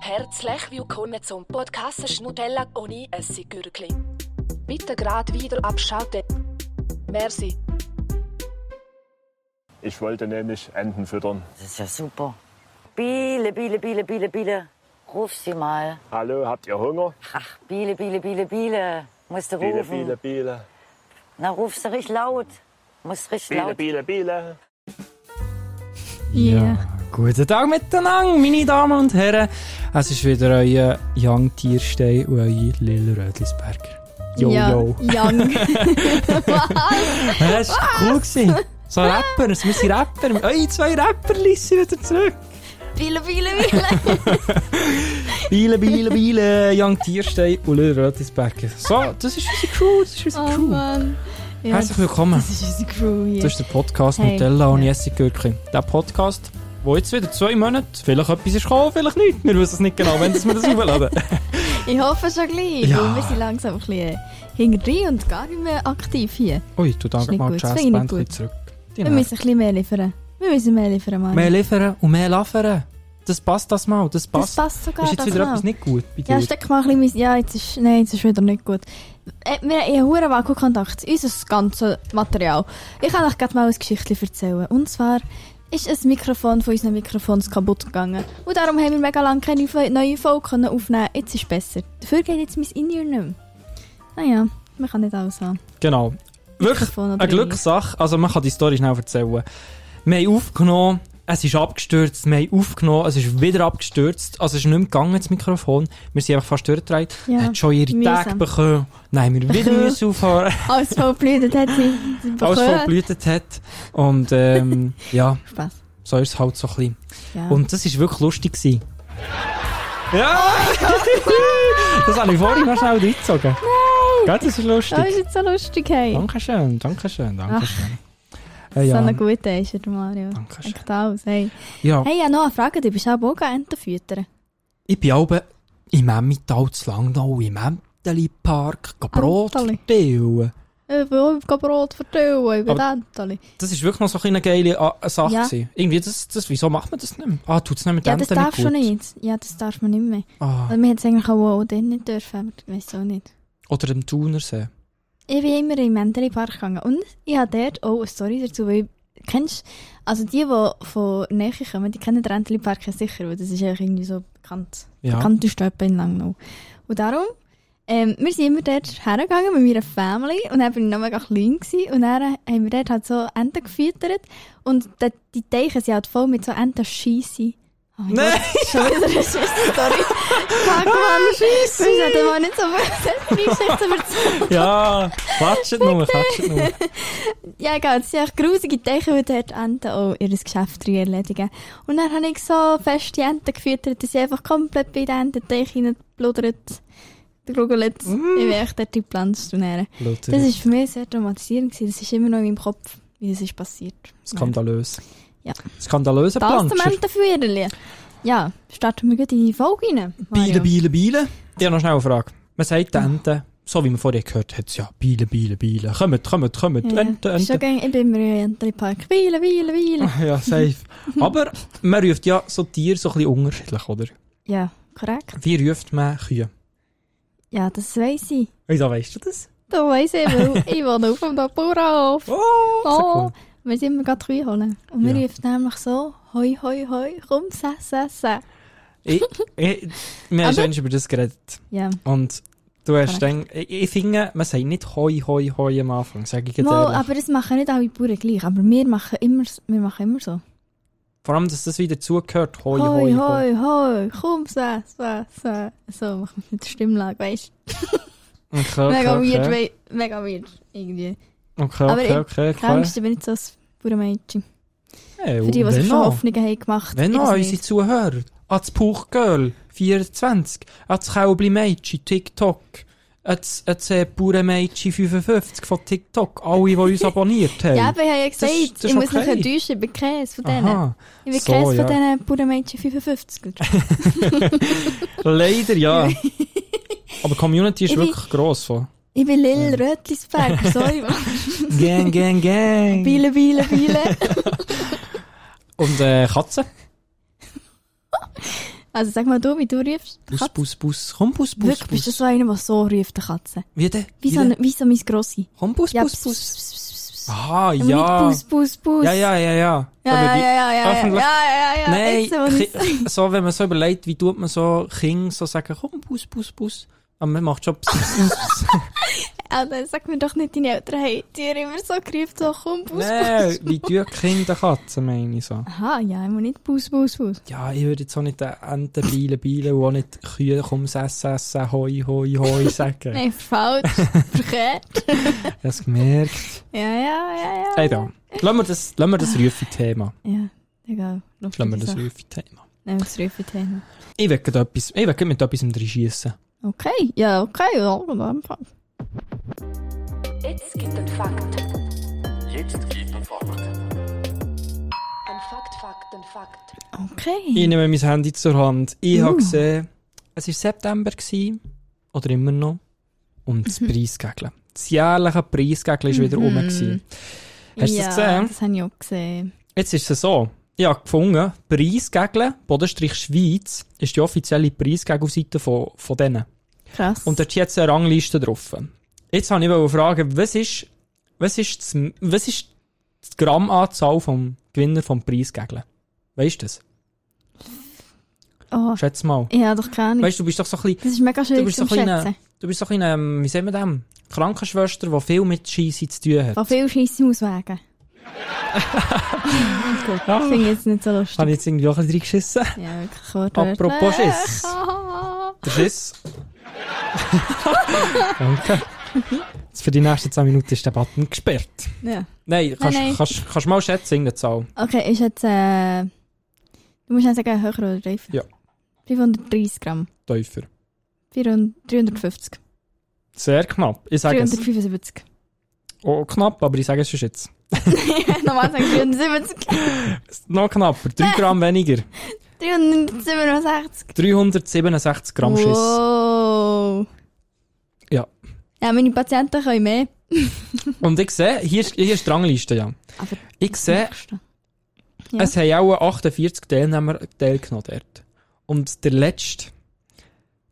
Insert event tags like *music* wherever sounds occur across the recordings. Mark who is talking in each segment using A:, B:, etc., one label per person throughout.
A: Herzlich willkommen zum Podcast Schnutella ohne Essiggürkli. Bitte gerade wieder abschalten. Merci.
B: Ich wollte nämlich Enten füttern.
C: Das ist ja super. Biele, Biele, Biele, Biele, Biele. Ruf sie mal.
B: Hallo, habt ihr Hunger?
C: Ach, Biele, Biele, Biele, Biele. Musst du
B: Biele,
C: rufen.
B: Biele, Biele.
C: Na, ruf sie richtig laut. Musst richtig
B: Biele,
C: laut.
B: Biele, Biele.
D: Ja. Guten Tag miteinander, meine Damen und Herren. Es ist wieder euer Young Tierstein und euer Lil Rödlisberger. Yo, *laughs*
E: ja,
D: yo.
E: Young.
D: Das war cool. Gewesen. So Rapper, wir sind Rapper. Eure zwei Rapperlis sind wieder zurück.
E: viele, viele, viele.
D: Biele, Biele, Biele, Young Tierstein und Lil Rödlisberger. So, das ist unsere Crew, das ist unsere
E: Oh
D: Crew.
E: Mann. Ja,
D: Herzlich willkommen.
E: Das ist unsere Crew hier.
D: Das ist der Podcast
E: Hey.
D: Nutella und
E: Ja.
D: Jessica Gürkli. Der Podcast, wo jetzt wieder zwei Monate vielleicht etwas ist gekommen, vielleicht nicht. Wir wissen es nicht genau, wenn das wir das aufladen.
E: Ich hoffe schon gleich.
D: Ja.
E: weil Wir sind langsam ein bisschen hinterdrein und gar nicht mehr aktiv hier.
D: Ui, du
E: Ist
D: danke
E: nicht
D: mal die
E: gut, das finde ich
D: Jazzband ein
E: nicht
D: bisschen zurück. Die
E: Wir
D: nervt.
E: müssen ein bisschen mehr liefern. Wir müssen mehr liefern, Mann.
D: Genau. Mehr liefern und mehr laufen. Das passt das mal, das
E: das
D: passt.
E: passt sogar.
D: ist jetzt
E: das
D: wieder
E: mal.
D: etwas nicht gut bei dir?
E: Ja, steck mal ein bisschen... mein- Ja, jetzt ist... Nein, jetzt ist wieder nicht gut. Äh, Wir haben einen hohen Vakuumkontakt. Unser ganzes Material. Ich kann euch gerade mal ein Geschichtchen erzählen. Und zwar ist ein Mikrofon von unseren Mikrofons kaputt gegangen. Und darum haben wir mega lange keine Fo- neue Folge können aufnehmen Jetzt ist es besser. Dafür geht jetzt mein In-Ear nicht mehr. Naja, man kann nicht alles haben.
D: genau. Wirklich
E: Mikrofon oder
D: eine Glückssache. Also man kann die Story schnell erzählen. Wir haben aufgenommen, es ist abgestürzt, wir haben aufgenommen, es ist wieder abgestürzt. Also es ist nicht mehr gegangen, das Mikrofon. Wir sind einfach fast durchgedreht.
E: Ja,
D: hat schon ihre
E: mühsam.
D: Tage bekommen. Nein, wir wieder
E: Bekommen.
D: müssen aufhören,
E: Alles voll blüht, hat sie sie
D: alles
E: bekommen.
D: verblutet hat. Und ähm,
E: *laughs*
D: ja,
E: Spass.
D: so ist es halt so ein bisschen.
E: Ja.
D: Und das war wirklich lustig. Gewesen. Ja!
E: *laughs*
D: das habe ich vorhin noch schnell reingezogen. Nein! Das ist
E: das ist
D: lustig.
E: jetzt so lustig, hey.
D: Dankeschön, Dankeschön, Dankeschön. Äh,
E: So
D: ja.
E: ein guter ist er, der Mario.
D: Dankeschön.
E: Echt alles, hey.
D: ja,
E: Hey, ja, noch eine Frage. Du bist auch Bogen Enten füttern.
D: ich bin oben im Emmental zu Langnau im Emmenteli-Park gehe Brot
E: Emmenteli.
D: verteilen.
E: Ich will Äh, ich kann Brot verteilen, ich bin Enten.
D: Das war wirklich noch so ein bisschen eine geile A- Sache.
E: Ja.
D: gewesen. Irgendwie, das, das, wieso macht man das nicht mehr? Ah, tut es nicht mit
E: Ja,
D: Enten
E: das darf
D: gut?
E: schon nicht. Ja, das darf man nicht mehr.
D: Ah,
E: Weil wir hätten es eigentlich auch, auch dort nicht dürfen, aber ich weiß auch nicht.
D: oder im Thunersee.
E: Ich bin immer im Mendeley Park gegangen und ich habe dort auch eine Story dazu, weil kennst also die, die von näher kommen, die kennen den Mendeley Park ja sicher, weil das ist eigentlich irgendwie so bekannt.
D: Ja.
E: bekannteste Öppe in Langnau. Und darum, ähm, wir sind immer dort hergegangen mit meiner Family und dann bin ich noch mega klein gewesen, und dann haben wir dort halt so Enten gefüttert und da, die Teiche sind halt voll mit so Entenscheisse. *laughs* Oh mein
D: Nein!
E: Gott, schon wieder eine Scheiss-Story. Fuck, Mann, Scheisse! Wir sollten mal nicht so *laughs* viel Geschichten erzählen.
D: *laughs* Ja, quatscht nur, quatscht
E: *laughs*
D: nur.
E: Ja, egal, es sind echt grusige Teiche, die dort Enten auch ihr Geschäft drin erledigen. Und dann habe ich so feste Enten gefüttert, dass sie einfach komplett bei den Ententeichen reingebludert, gerugelt. Ich bin echt dort gepflanzt und nähren.
D: Lauter
E: Das war für mich sehr traumatisierend. gewesen. Das ist immer noch in meinem Kopf, wie das ist passiert.
D: Skandalös.
E: Ja.
D: Skandalöser
E: Das zum
D: Planscher.
E: Entenführerli. Ja, starten wir gut in die Folge rein.
D: Biele,
E: Mario.
D: Biele, Biele. Ich habe noch schnell eine Frage. Man sagt
E: Ah.
D: den Enten, so wie wir vorher gehört haben, ja, Biele, Biele, Biele. Kommt, kommt, kommt,
E: Ja,
D: Enten,
E: ja. Ist schon
D: Enten.
E: gäng- Ich bin immer in Entenli Park. Wielen, wielen, wielen.
D: *laughs* Ja,
E: *laughs*
D: safe. Aber man ruft ja so Tiere so ein bisschen unterschiedlich, oder?
E: Ja, korrekt.
D: Wie ruft man Kühe?
E: Ja, das weiss ich.
D: Wieso weißt du das?
E: Da weiss ich, weil ich wohne auf dem Bauernhof.
D: Oh,
E: Oh,
D: so cool.
E: wir sind immer gerade Kühe holen. Und wir
D: Ja.
E: rufen nämlich so, hoi, hoi, hoi, komm, sä, sä, sä.
D: Ich, ich, wir haben
E: Aber-
D: schon über das geredet.
E: Ja,
D: Und du hast dann, ich, ich finde, man sagt nicht hoi, hoi, hoi am Anfang, sage ich jetzt
E: Mal,
D: ehrlich.
E: aber das machen nicht alle Bauern gleich. Aber wir machen immer, s- wir machen immer so.
D: Vor allem, dass das wieder zugehört, hoi, hoi,
E: Hoi,
D: hoi.
E: hoi, hoi, komm, sä, sä, sä. So machen wir mit der Stimmlage, weißt
D: Okay,
E: du? Mega
D: okay,
E: weird,
D: okay.
E: wei- mega weird, irgendwie.
D: Okay,
E: Aber
D: okay,
E: ich-
D: okay, okay.
E: Kennst du, bin nicht so ein Bauernmädchen.
D: Hey,
E: Für die, die sich
D: wenn
E: schon
D: noch.
E: Hoffnungen haben gemacht.
D: Wenn
E: Ich
D: noch
E: weiß
D: unsere
E: nicht.
D: Zuhörer, ans Puchgirl 24, ans Kälbli Mädchen TikTok, ans, ans äh, Bure Mädchen 55 von TikTok, alle, die
E: *laughs*
D: uns abonniert haben.
E: Ja, aber ich habe ja
D: Das
E: gesagt,
D: ist- das ist
E: ich muss
D: okay.
E: mich enttäuschen, ich bin Käse von denen.
D: Aha,
E: Ich bin
D: So,
E: Käse von
D: ja.
E: denen Bauernmädchen 55.
D: leider
E: *laughs*
D: ja. Aber die Community ist
E: Ich
D: wirklich gross.
E: *laughs*
D: So.
E: Ich bin Lil
D: *laughs*
E: Rötlisberger, sorry.
D: Gang, gang, gang.
E: Biele, biele, biele.
D: Und äh, Katzen?
E: Also sag mal du, wie du rufst. die
D: Bus,
E: Katze.
D: Bus, Bus. Komm, Bus, Bus,
E: Wirklich, bist du
D: Bus.
E: so einer, der so ruft, die Katze?
D: Wie denn?
E: Wie so,
D: denn?
E: eine, wie so mein Grossi.
D: Komm, Bus,
E: Ja,
D: Bus,
E: pss,
D: Bus.
E: pss, pss, pss, pss.
D: Aha,
E: Und
D: Ah, ja.
E: Nicht Bus, Bus, Bus.
D: Ja, ja, ja, ja.
E: Ja,
D: Aber
E: ja,
D: die
E: ja, ja, ja,
D: öffentlich-
E: ja, ja, ja, jetzt, wo
D: Nein,
E: ich's-
D: Ki-
E: *laughs*
D: so, wenn man so überlegt, wie tut man so King so sagen, komm, Bus, Bus, Bus. Aber man macht schon Bus,
E: *laughs*
D: Bus, Bus.
E: Alter, sag mir doch nicht, deine Eltern haben dir immer so gerufen, so komm, Bus,
D: Nein,
E: Bus.
D: wie tut King der Katze, meine ich so.
E: Aha, ja, immer nicht Bus, Bus, Bus.
D: Ja, ich würde jetzt auch nicht den Enten, Bielen, Bielen und auch nicht Kühe, komm, Sess, Essen, Hoi, Hoi, Hoi sagen. *laughs*
E: Nein, falsch, verkehrt.
D: Ich hab's gemerkt.
E: Ja, ja, ja, ja.
D: Hey, da. Lassen wir das, lassen wir das Rüffi-Thema.
E: Ja, egal. Lass
D: Lassen wir
E: die
D: das
E: Sache.
D: Rüffi-Thema.
E: Nehmen wir das Rüffi-Thema.
D: Ich will gerade etwas, ich will gerade mit etwas drin schiessen.
E: Okay, ja, okay, ja, dann
A: Jetzt gibt ein Fakt.
F: Jetzt gibt ein Fakt.
A: Ein Fakt, Fakt, ein Fakt.
D: Ich
E: Okay.
D: nehme mein Handy zur Hand. Ich habe
E: Uh.
D: gesehen, es war September gewesen, oder immer noch. Und das Preisgegeln. Das jährliche Preisgegeln ist wieder
E: Mhm.
D: rum. Gewesen. Hast du
E: ja,
D: das gesehen?
E: das habe ich auch gesehen.
D: Jetzt ist es so. Ich habe gefunden, Preisgegeln, Bodenstrich Schweiz, ist die offizielle Preisgegelseite von, von denen.
E: Krass.
D: Und dort ist jetzt eine Rangliste drauf. Jetzt wollte ich wollte fragen, was ist, was ist, das, was ist die Grammanzahl vom Gewinner vom Preisgegeln? Weißt du das?
E: oh,
D: Schätz mal.
E: ich habe doch keine Ahnung.
D: Weißt du, du bist doch so ein bisschen
E: das ist mega schön
D: bist
E: zu
D: so ein kleiner-
E: schätzen.
D: Du bist so ein bisschen, ähm, wie sagen wir dem, Krankenschwester, die viel mit Scheisse zu tun hat.
E: Von viel Scheisse
D: *laughs*
E: muss wegen. Gut, das finde ich jetzt nicht so lustig.
D: Habe ich jetzt irgendwie auch ein bisschen reingeschissen?
E: Ja, wirklich. wortwörtlich.
D: Apropos Schiss. Der Schiss. Danke. Jetzt für die nächsten 10 Minuten ist der Button gesperrt.
E: Ja.
D: Nein, kannst,
E: nein.
D: Kannst, kannst du mal schätzen, irgendeine Zahl.
E: Okay, ist jetzt, äh, du musst nicht sagen, höher oder tiefer.
D: Ja.
E: 530 Gramm.
D: Täufer.
E: 400 350.
D: Sehr knapp. Ich sage es.
E: 375.
D: Oh, knapp, aber ich sage es schon jetzt.
E: *laughs* Normal sagen 370.
D: Noch knapper. 3 Gramm weniger.
E: 367.
D: 367 Gramm Schiss.
E: Wow.
D: Ja.
E: Ja, meine Patienten können mehr.
D: Und ich sehe, hier ist, hier ist die Rangliste, ja.
E: Aber
D: Ich sehe,
E: Ja.
D: Es haben auch 48 Teilnehmer teilgenommen dort. Und der letzte,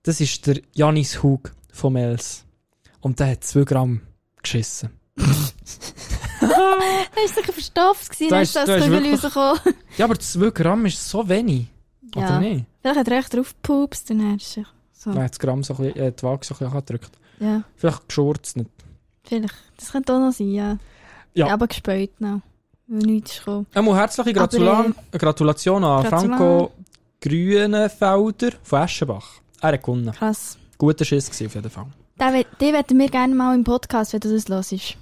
D: das ist der Janis Hug von Els. Und der hat 2 Gramm geschissen.
E: Da ist sicher verstopft gewesen,
D: Da
E: da
D: ist-
E: ist das
D: da ist
E: Kübel
D: wirklich-
E: rausgekommen.
D: Ja, aber 2 Gramm ist so wenig. Oder
E: Ja.
D: nicht?
E: Vielleicht hat er echt drauf gepupst, dann hast du so.
D: Dann hat das Gramm so ein bisschen, äh, die Waage so ein bisschen angedrückt.
E: Ja,
D: Vielleicht geschurzt nicht.
E: vielleicht. Das könnte auch noch sein, ja.
D: Ja.
E: Aber gespäut noch. Weil nichts ist gekommen.
D: Einmal herzliche Gratula Gratulation an
E: Gratulation.
D: Franco Grünenfelder von Eschenbach. Er hat gewonnen.
E: Krass.
D: Guter Schiss gewesen, auf jeden Fall.
E: Den we- den möchten wir gerne mal im Podcast, wenn du das hörst.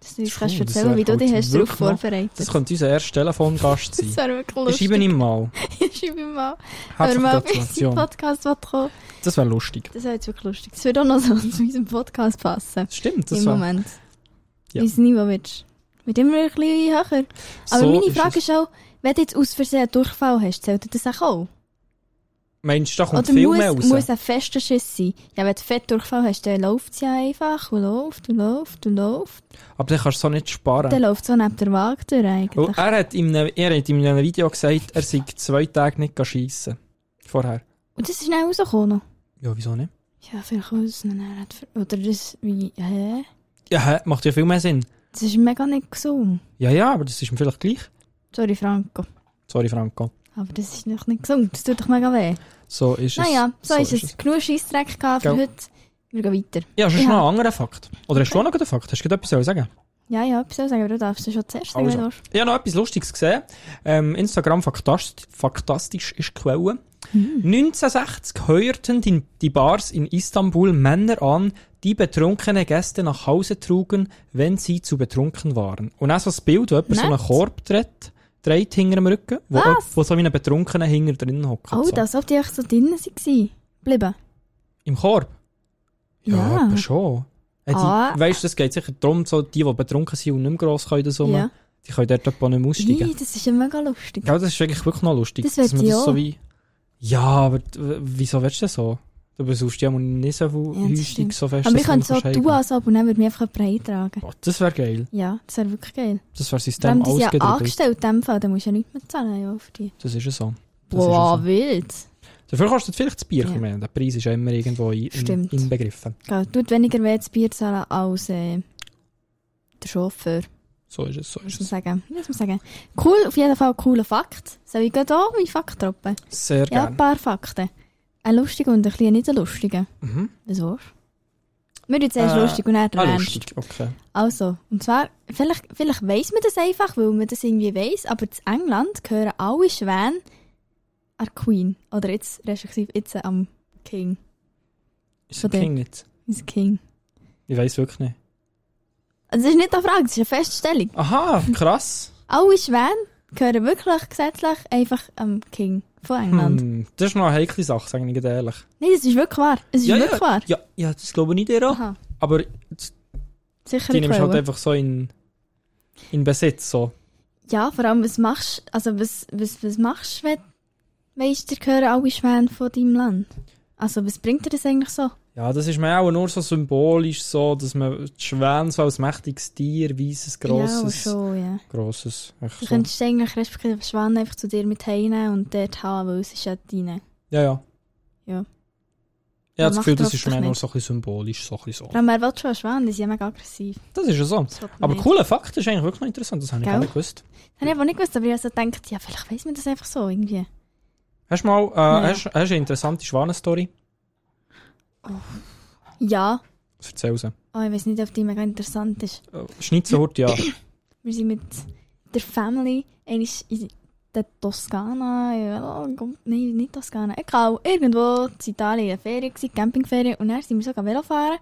E: Dass du uns
D: Puh,
E: kannst
D: das
E: erzählen, wie
D: wär
E: du dich
D: halt
E: hast darauf
D: wirklich mal-
E: vorbereitet.
D: Das könnte unser erster Telefongast
E: *laughs* Das
D: sein.
E: wäre wirklich
D: Ich
E: lustig.
D: schreibe
E: *laughs*
D: ihm mal.
E: Ich schreibe ihm mal. Wenn er
D: Herzliche
E: mal bei uns im
D: Gratulation.
E: Podcast will kommen
D: Das wäre lustig.
E: Das wäre jetzt wirklich lustig. Das würde auch noch so *laughs* zu unserem Podcast passen.
D: Das stimmt, das
E: Im
D: war-
E: Moment.
D: Ja.
E: Ja. Wie Niveau willst. Mit immer ein bisschen höher. Aber
D: So
E: meine
D: ist
E: Frage
D: es.
E: ist auch, wenn du jetzt aus Versehen einen Durchfall hast, zählt dir das auch?
D: Meinst du, da kommt
E: Oder
D: viel mehr
E: muss,
D: raus?
E: muss ein fester Schiss sein? Ja, wenn du fett Durchfall hast, dann läuft es ja einfach und läuft und läuft und läuft.
D: Aber dann kannst du so nicht
E: Dann
D: sparen.
E: läuft es auch neben der Waage durch
D: Weil
E: eigentlich.
D: er hat in einem, er hat in einem Video gesagt, er sei zwei Tage nicht schiessen. Vorher.
E: Und das ist dann rausgekommen.
D: Ja, wieso nicht?
E: Ja, vielleicht aus. Oder das wie, hä?
D: Ja, hä, macht ja viel mehr Sinn.
E: Das ist mega nicht gesund.
D: Ja, ja, aber das ist mir vielleicht gleich.
E: Sorry, Franco.
D: Sorry, Franco.
E: Aber das ist noch nicht gesund. Das tut doch mega weh.
D: So ist es.
E: Naja, so, ist es. Genug Scheissdreck gehabt für
D: Gell.
E: heute. Wir gehen weiter.
D: Ja, schon
E: Ja.
D: noch ein anderer Fakt. Oder hast du auch noch einen Fakt? Hast du gerade etwas zu sagen?
E: Ja, ja, etwas soll sagen, aber du darfst es schon zuerst sagen.
D: Also.
E: wenn du willst.
D: Ich habe noch etwas Lustiges gesehen. Ähm, Instagram faktast faktastisch ist die Quelle.
E: Mhm.
D: 1960 heuerten die, die Bars in Istanbul Männer an, die betrunkene Gäste nach Hause trugen, wenn sie zu betrunken waren. Und auch so das Bild, wo jemand so einen
E: Nett.
D: Korb dreht, dreht hinter dem Rücken, wo,
E: Was?
D: wo so wie ein Betrunkener hinter drin hockt.
E: Oh,
D: so.
E: das, ob die echt so drin waren. Bleiben.
D: Im Korb?
E: Ja.
D: etwa schon. Äh, die,
E: Ah.
D: Weißt du, es geht sicher darum, so die, die betrunken sind und nicht mehr gross können, so
E: Ja.
D: die können dort etwa nicht mehr aussteigen.
E: Nee, das ist ja mega lustig.
D: Gell, das ist wirklich, wirklich noch lustig.
E: Das wird
D: dass man
E: die
D: das so
E: auch.
D: wie Ja, aber d- w- wieso willst du das so? Du besuchst ja mal nicht so
E: Ja, das
D: häufig
E: stimmt.
D: so fest.
E: aber
D: dass
E: wir können
D: du
E: so
D: nicht kannst
E: tun, als ob und dann würden wir einfach jemanden eintragen.
D: heimgehen. Oh, das wäre geil.
E: Ja, das wäre wirklich geil.
D: Das wäre
E: Vor
D: System
E: allem, die sind ja
D: ausgedrückt.
E: angestellt in dem Fall, dann musst du ja nichts mehr zahlen ja, für die.
D: Das ist ja so. Das ist ja
E: Boah,
D: so.
E: wild.
D: Dafür kostet vielleicht das Bier
C: Ja.
D: mehr. Der Preis ist ja immer irgendwo in, in,
E: Stimmt.
D: inbegriffen.
E: Gell, tut weniger weh das Bier zahlen als äh, der Chauffeur,
D: So ist es, so
E: muss
D: ist
E: man
D: es.
E: sagen. Muss man sagen. Cool, auf jeden Fall cooler Fakt. Soll ich gerade auch meinen Fakt droppen?
D: Sehr
E: Ja, ein
D: gerne.
E: paar Fakten. Ein lustiger und ein bisschen nicht so lustiger.
D: Mhm.
E: Wieso? Wir tun zuerst
D: Äh,
E: lustig und dann
D: Ah,
E: ernst.
D: lustig, okay.
E: Also, und zwar, vielleicht, vielleicht weiss man das einfach, weil man das irgendwie weiss, aber in England gehören alle Schwäne an die Queen. Oder jetzt, respektive jetzt am eh, um, King.
D: Ist
E: Von
D: okay
E: dem-
D: nicht.
E: Ist King.
D: Ich weiß wirklich nicht.
E: Also, das ist nicht eine Frage, das ist eine Feststellung. *laughs*
D: Aha, krass.
E: Alle Schwäne gehören wirklich gesetzlich einfach am King von England.
D: Hm, das ist noch eine heikle Sache, sage ich dir ehrlich.
E: Nein, das ist wirklich wahr. Es ist
D: Ja,
E: wirklich wahr.
D: Ja, ja, das glaube ich nicht, Ero.
E: Aha,
D: Aber
E: sicher
D: die nimmst du halt
E: Quelle.
D: einfach so in, in Besitz. So.
E: Ja, vor allem, was machst du, also was, was, was machst du, wenn weißt, dir gehören alle Schwäne von deinem Land? Also, was bringt dir das eigentlich so?
D: Ja, das ist mir auch nur so symbolisch, so, dass man die Schwäne so als mächtiges Tier, weißes, grosses.
E: Ja, schon, ja.
D: grosses echt
E: Du
D: so.
E: könntest eigentlich respektive Schwan einfach zu dir mit heimnehmen und dort haben, weil es ist ja deine.
D: Ja, ja.
E: Ja.
D: Ich habe das
E: macht
D: Gefühl, das
E: trotzdem
D: ist mir nur
E: nicht.
D: so ein bisschen symbolisch. So ein bisschen
E: Vor
D: so.
E: allem, wer will schon einen Schwan? Die sind ja mega aggressiv.
D: Das ist ja so.
E: Das will man
D: Aber
E: nicht.
D: cooler Fakt, das ist eigentlich wirklich noch interessant, das habe ich
E: Gell?
D: gar nicht gewusst.
E: Das habe ich aber nicht gewusst, aber ich habe so gedacht, ja, vielleicht weiss man das einfach so irgendwie.
D: Hast du mal äh,
E: Ja.
D: hast, hast eine interessante Schwanenstory?
E: Ja.
D: Erzähl sie.
E: Oh, ich weiss nicht, ob die mega interessant ist.
D: Äh, Schnitzelhurt,
E: *coughs*
D: ja.
E: Wir sind mit der Family eigentlich in der Toskana, ja, komm, nein, nicht Toskana, egal, irgendwo in Italien, eine Ferien gewesen, Campingferien und dann sind wir sogar Velo fahren,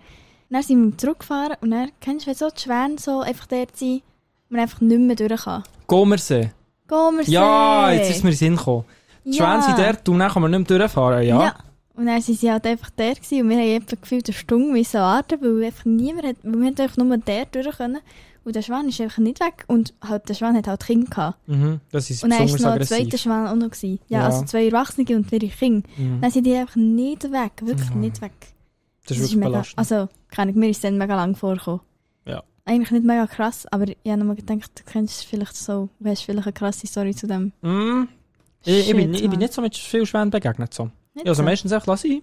E: Und dann sind wir zurückgefahren und dann kennst du, wenn so die Schwäne so einfach dort sind, man einfach nicht mehr durch kann.
D: Gommersee.
E: Gehen wir
D: Ja, jetzt ist mir in den Sinn gekommen. Die Schwäne sind dort und dann kann man nicht mehr durchfahren, ja.
E: Und dann sind sie halt einfach dort gewesen und wir haben etwa gefühlt eine Stunde müssen warten, weil einfach niemand hat, weil wir hat einfach nur dort durch können und der Schwan ist einfach nicht weg und halt, der Schwan hat halt Kinder gehabt.
D: Mhm. Das ist
E: Und dann war noch
D: besonders
E: ein zweiter
D: aggressiv.
E: Schwan auch noch. Gewesen. Ja,
D: Ja.
E: also zwei Erwachsene und vier Kinder.
D: Mhm.
E: Dann sind die einfach nicht weg, wirklich
D: Mhm.
E: nicht weg. Dus
D: Das ist
E: Das
D: wirklich
E: mega,
D: belastend.
E: also, keine Ahnung, mir ist es dann mega lang vorgekommen.
D: Ja.
E: Eigentlich nicht mega krass, aber ich habe nur gedacht, du kennst es vielleicht so, du hast vielleicht eine krasse Story zu dem.
D: Mhm. Ich, ich, bin,
E: Shit,
D: ich bin
E: Mann.
D: nicht so mit vielen Schwänen begegnet. So.
E: Nicht
D: Ja, also
E: so.
D: meistens einfach lasse ich.